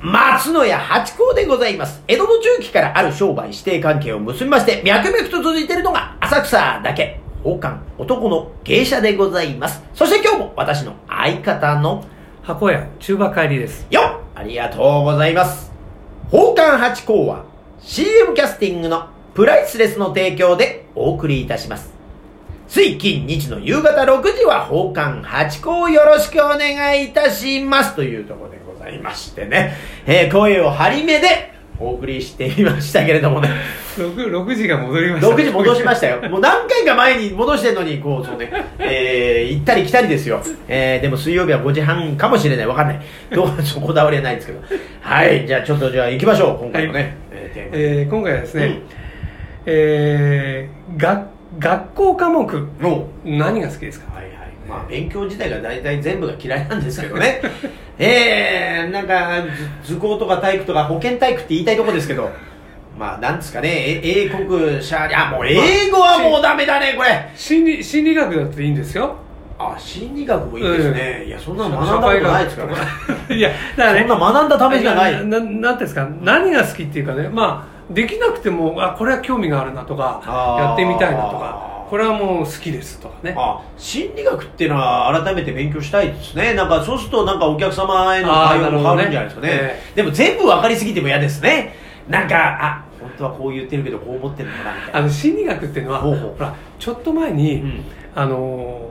松野屋八甲でございます。江戸の中期からある商売指定関係を結びまして、脈々と続いているのが浅草だけ、宝冠男の芸者でございます。そして今日も私の相方の箱屋中馬帰りですよっありがとうございます。宝冠八甲は CM キャスティングのプライスレスの提供でお送りいたします。水金日の夕方6時は宝冠八甲をよろしくお願いいたしますというところでございましてね、えー声を張り目でお送りしてみましたけれど もね、 6, 六時が戻りました6時戻しましたよ。もう何回か前に戻してんのに、こう、そうね、えー行ったり来たりですよ。えーでも水曜日は5時半かもしれない。わかんない。どう、そうこだわりはないんですけど。はい、じゃあちょっとじゃあ行きましょう、今回のね。はいえーテーマ えー今回はですね、うんえーが学校科目もう何が好きですかはいはい。まあ、勉強自体が大体全部が嫌いなんですけど ね。えー、なんか、図図工とか体育とか保健体育って言いたいとこですけど、まあ、なんですかね、え英国、シャーリあ、もう英語はもうダメだね、これ。心理心理学だっていいんですよあ、心理学もいいですね。うんいや、そんなの学んだことないですからね。ねいやだからね そんな学んだためじゃない。ななんていうんですか何が好きっていうかねまあできなくてもあこれは興味があるなとかあーやってみたいなとかこれはもう好きですとかねあ心理学っていうのは改めて勉強したいですねなんかそうするとなんかお客様へのあー対応も変わなるんるほどねじゃないですかねえでも全部分かりすぎても嫌ですねなんかあ本当はこう言ってるけどこう思ってるのかなみたいなあの心理学っていうのはほうほうほらちょっと前に、うんあのーほ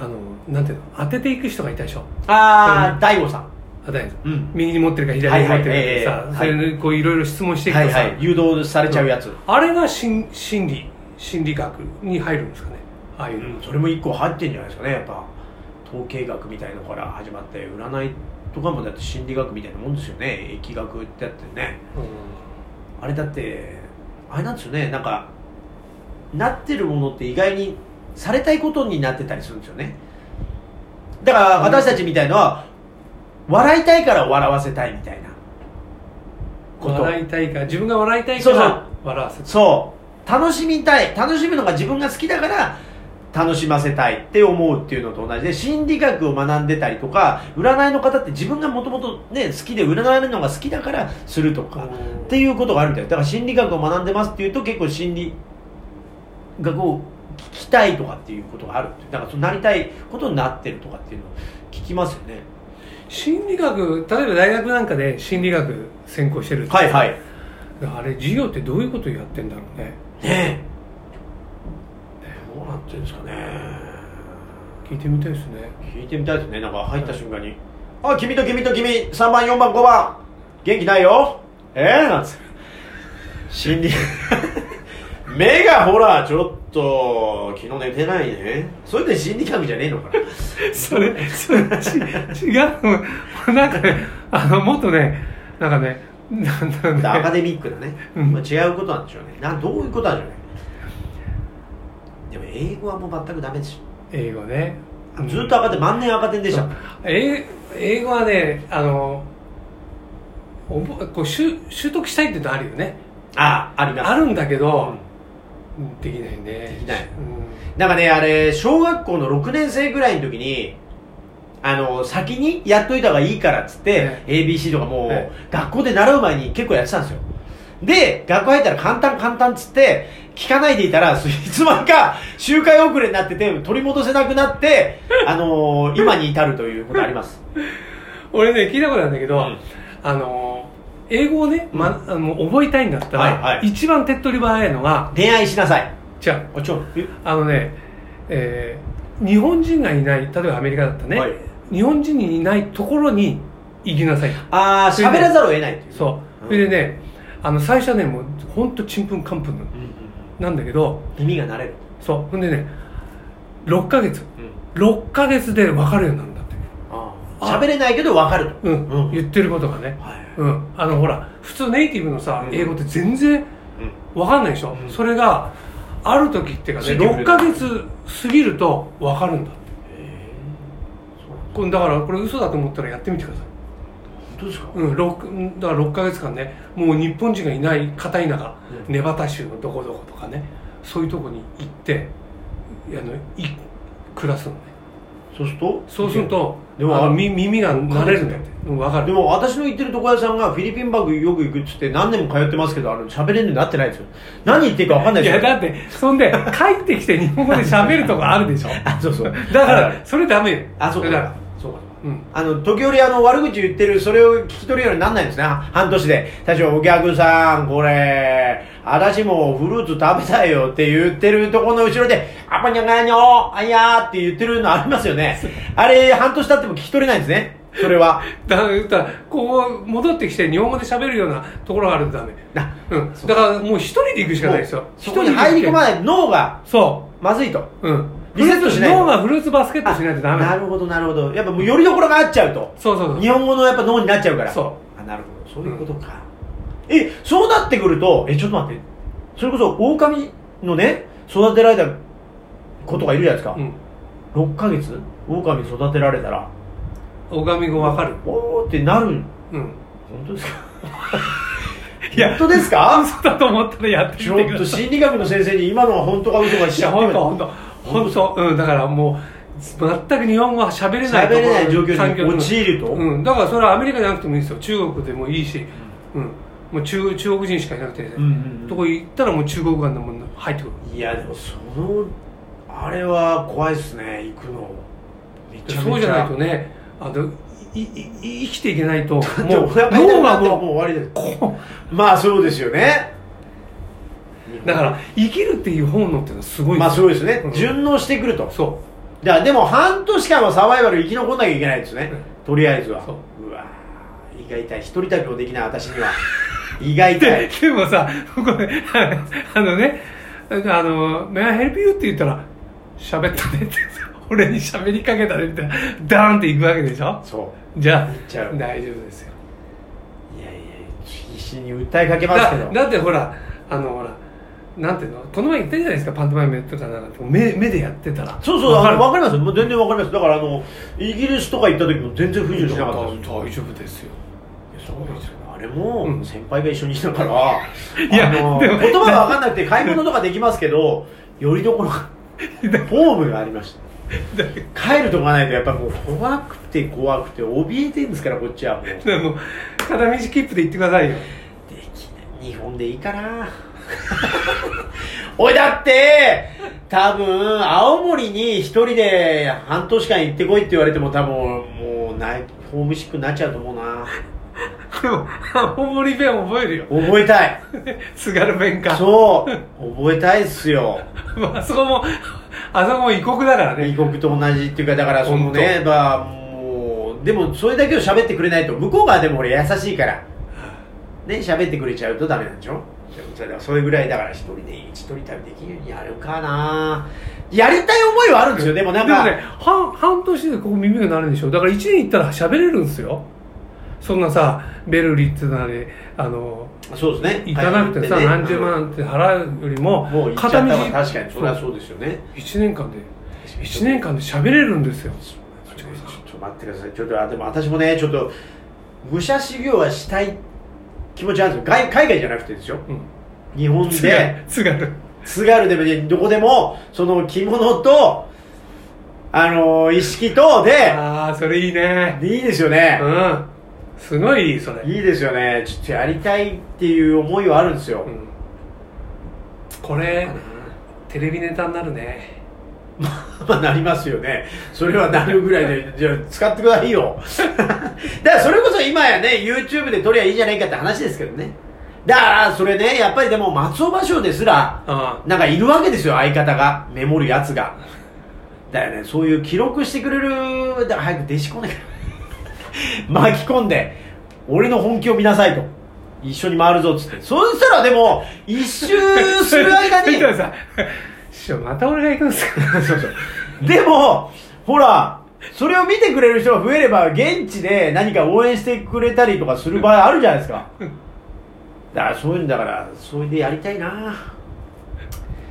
らあのーなんていうの当てていく人がいたでしょああ大悟さん当たり前ですうん右に持ってるか左に持ってるかはいはいええさ、それでこういろいろ質問していくはといさ、はい誘導されちゃうやつ、あれが心心理心理学に入るんですかねああいううんの、それも一個入ってんじゃないですかねやっぱ統計学みたいのから始まって占いとかもだって心理学みたいなもんですよね疫学ってだってねあれだってあれなんですよねなんかなってるものって意外にされたいことになってたりするんですよねだから私たちみたいのは、笑いたいから笑わせたいみたいなうんこと笑いたいから自分が笑いたいかそうそらう笑わせてそう楽しみたい楽しむのが自分が好きだから楽しませたいって思うっていうのと同じで心理学を学んでたりとか占いの方って自分がもともとね好きで占いのが好きだからするとか、っていうことがあるみたいだから心理学を学んでますっていうと結構心理学を聞きたいとかっていうことがあるっていうだからそのなりたいことになってるとかっていうのを聞きますよね心理学例えば大学なんかで心理学専攻してるってはいはいあれ授業ってどういうことやってんだろうねねえどうなってるんですかね聞いてみたいですね聞いてみたいですねなんか入った瞬間に「あ君と君と君3番4番5番元気ないよえー?」なんつって心理 目がほらちょっと昨日寝てないねそれで心理学じゃねえのかなそれ、それ、ち違う。なんかね、あの、もっとね、なんかね、なんだろう ね。アカデミックなね、うんまあ、違うことなんでしょうねなどういうことなんでしょうねでも英語はもう全くダメでし英語ね。ょずっと赤点万年赤点でしたもん英英語はね、あの、おぼこう習習得したいっていうのあるよね。ああありますあるんだけうどん、できなでいね。きないうんなんかねあれ小学校の6年生ぐらいの時にあの先にやっといた方がいいからっつって、ね ABC とかもう、ね学校で習う前に結構やってたんですよで学校入ったら簡単簡単っつって聞かないでいたらそい つまか周回遅れになってて取り戻せなくな って、あのー今に至るということあります俺ね、聞いたことあるんだけど、うんあの、英語をね、ま、あの覚えたいんだったら、はいはい一番手っ取り早いのが、恋愛しなさいじゃあ、あちょえあのね、えー日本人がいない、例えばアメリカだったね、はい日本人にいないところに行きなさい。ああそれで喋らざるを得ないというそう。んそれでね、あの、最初はね、もう、ほんとちんぷんかんぷんなのうんうんなんだけど、うん耳が慣れる、そう。ほんでね、6ヶ月。うん、 6ヶ月で分かるようになるんだって。ああー喋れないけど分かると、うん。うん言ってることがね。はいうん。あの、ほら、普通ネイティブのさ、うん英語って全然分かんないでしょ。うんそれが、ある時っていうかね、ついてくれ6たヶ月過ぎると分かるんだって。えこれだからこれ嘘だと思ったらやってみてください本当ですか、うん、6だから6ヶ月間ねもう日本人がいない片田舎、うんネバダ州のどこどことかねそういうとこに行ってあのい暮らすのねそうするとそうするとでもあのあみ耳が慣れるんだってうんわかでるも私の行ってる床屋さんがフィリピンバッグよく行くっつって何年も通ってますけどあの喋れるようになってないですよ何言ってるか分かんないいですやよだってそんで帰ってきて日本語で喋るとこあるでし ょ だあそうそうかあるらそれダメよあるあそうだからかそうかうんあの時折あの悪口言ってるそれを聞き取るようになんないんですね半年で最初お客さんこれ私もフルーツ食べたいよって言ってるとこの後ろであぱにゃがにょあいやーって言ってるのありますよねあれ半年経っても聞き取れないんですねそれ はだから言ったらこう戻ってきて日本語で喋るようなところがあるとダメなうんだからもう一人で行くしかないですよそこに入り込まいない脳がそまずいとううんリセットしないと脳がフルーツバスケットしないとダメなるほどなるほどやっぱもうよりどころが合っちゃうとそうそう日そう本語のやっぱ脳になっちゃうからそうあなるほどそういうことか、えそうなってくるとえちょっと待ってそれこそ狼のね育てられた子とかいるじゃないですか、うん六6ヶ月狼に育てられたら拝み語わかるおーってなるうん本当ですかいや本当ですか 嘘だと思ったらやってみちてょっくとださい心理学の先生に今のは本当か嘘かい知やって本み当本当本当うんだからもう全く日本語は喋れない喋れない状況に環境陥ると、うん、だからそれはアメリカじゃなくてもいいですよ中国でもいいし、うんもう中中国人しかいなくて、うんうんうんとこ行ったらもう中国がもう入ってくるいやでもそのあれは怖いっすね行くのめちゃめちゃそうじゃないとねあのいいい生きていけないともうでもやっぱり脳がもうもう終わりですこまあそうですよねうだから生きるっていう本能っていうのはすごいまあですすごいですね、うん順応してくるとそだからでも半年間はサバイバル生き残んなきゃいけないんですね、とりあえずはそうわー胃が痛い一人旅もできない私には胃がう痛で いでもさこれあのね「あの May I help you?」って言ったら「喋ったね」って俺に喋りかけたねってダーンっていくわけでしょそじゃ行っちゃあう大丈夫ですよういやいや必死に訴えかけますけだどだってほらあのほらなんていうのこの前言ったじゃないですかパントマイムとかなんか目目でやってたらそうそうわわかかる分かりますもう全然分かりますだからあのイギリスとか行った時も全然不自由しなかったです大丈夫ですよそうですよねあれもうん先輩が一緒にしたから、いやあのでも言葉が分かんなくて買い物とかできますけどよりどころがフォームがありました帰るとこがないとやっぱもう怖くて怖くて怯えてるんですからこっちはもうできでも片道切符で行ってくださいよない日本でいいかな おいだって多分青森に一人で半年間行ってこいって言われても多分もうないホームシックになっちゃうと思うなでも青森弁覚えるよ覚えたい津軽弁かそう覚えたいっすよまあそこもあそこも異国だから異ね国と同じっていうかだからそのね本まあもうでもそれだけを喋ってくれないと向こうがでも俺優しいからね喋ってくれちゃうとダメなんでしょでもそれだからそれぐらいだから一人で一人旅できるようにやるかなやりたい思いはあるんですよでもなでもんねか、半半年でここ耳が鳴るんでしょだから1年行ったら喋れるんですよそんなさベルリッツなりあのそうですね行かなくて通さ、ってね何十万って払うよりもうんもう行っちゃった方が確かにそれはそうですよね1年間で1年間で喋れるんですよちょっと待ってくださいちょっとあでも私もねちょっと武者修行はしたい気持ちあるんですよ外海外じゃなくてですようん日本津軽で津軽津軽でもねどこでもその着物とあのー、一式とでああそれいいねでいいですよねう、んすごいいいそれいいですよねちょっとやりたいっていう思いはあるんですよ、うんこれテレビネタになるねまあなりますよねそれはなるぐらいでじゃあ使ってくださいよ だからそれこそ今やね YouTube で撮りゃいいじゃないかって話ですけどねだからそれねやっぱりでも松尾芭蕉ですらあなんかいるわけですよ相方がメモるやつがだよねそういう記録してくれるだから早く弟子来ねえから 巻き込んで俺の本気を見なさいと一緒に回るぞっつってそしたらでも一周する間に 見てください師匠また俺が行くんですか そうそうでも、ほら、それを見てくれる人が増えれば、現地で何か応援してくれたりとかする場合あるじゃないですか。だから、そういうんだから、それでやりたいな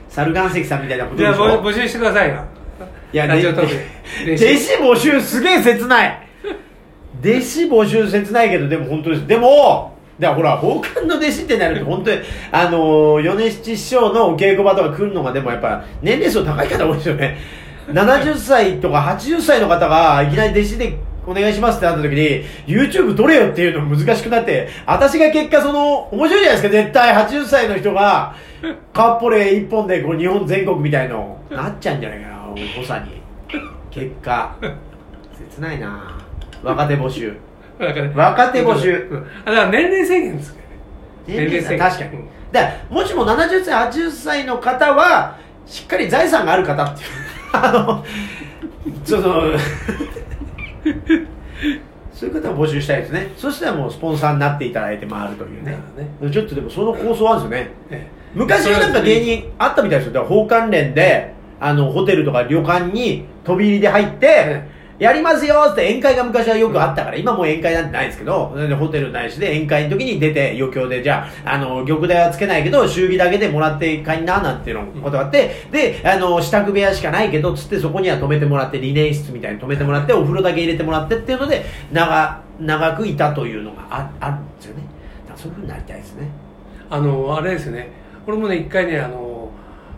猿岩石さんみたいなことじでゃあしょ募集してくださいよいや、ラジオトー弟ク子募集すげえ切ない。弟子募集切ないけど、でも本当です。でも、だからほら、宝冠の弟子ってなると、本当に、あのー、米七師匠のお稽古場とか来るのが、でもやっぱ、年齢層高い方多いですよね。 70歳とか80歳の方がいきなり弟子でお願いしますってなった時に YouTube どれよっていうのも難しくなって私が結果その面白いじゃないですか絶対80歳の人がカッポレ1本でこう日本全国みたいのなっちゃうんじゃないかな誤差に結果切ないな若手募 集若手募集うんあだから年齢制限ですよね年齢差年齢確制限かにだからもしも70歳80歳の方はしっかり財産がある方っていう あのその そういう方を募集したいですねそしたらもうスポンサーになっていただいて回るというねなるほどねちょっとでもその構想あるんですよねえ昔なんか芸人あったみたいですよだから法関連であのホテルとか旅館に飛び入りで入って、やりますよって宴会が昔はよくあったから、今もう宴会なんてないですけど、それでホテルないしで宴会の時に出て余興で、じゃあ、あの、玉代はつけないけど、祝儀だけでもらって買いな、なんていうのことがあって、で、あの、支度部屋しかないけど、つってそこには泊めてもらって、リネン室みたいに泊めてもらって、お風呂だけ入れてもらってっていうので、長、長くいたというのがああるんですよね。だからそういうふうになりたいですね。あのあれですよね俺もね一回ねあの、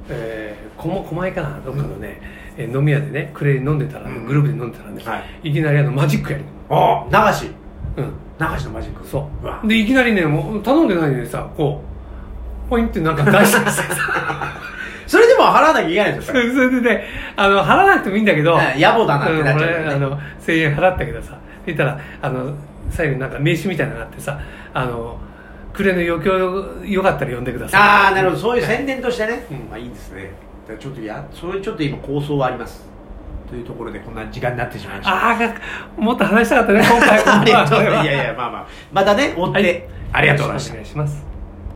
えー、こも狛江かなどっかのね、えー飲み屋でねクレー飲んでたら、ねうんグループで飲んでたらね、、はいきなりあのマジックやるああ、流し。うん流しのマジック。そうわうでいきなりねもう頼んでないのにさこうポインってなんか出 してさそれでも払わなきゃいけないんですそよ。それれでねあの払わなくてもいいんだけど、ね野暮だなってなっちゃうよねん俺あの1000円払ったけどさ言ったらあの最後になんか名刺みたいなのがあってさあのクレの余興よかったら呼んでくださいああ、なるほど。そういう宣伝としてね。うんまあいいですね。だからちょっとや、そういうちょっと今構想はあります。というところでこんな時間になってしまいました。ああがもっと話したかったね今回 ありがとうございまここすはいやいや、まあまあ。またね、追って、はいありがとうございましたお。願いします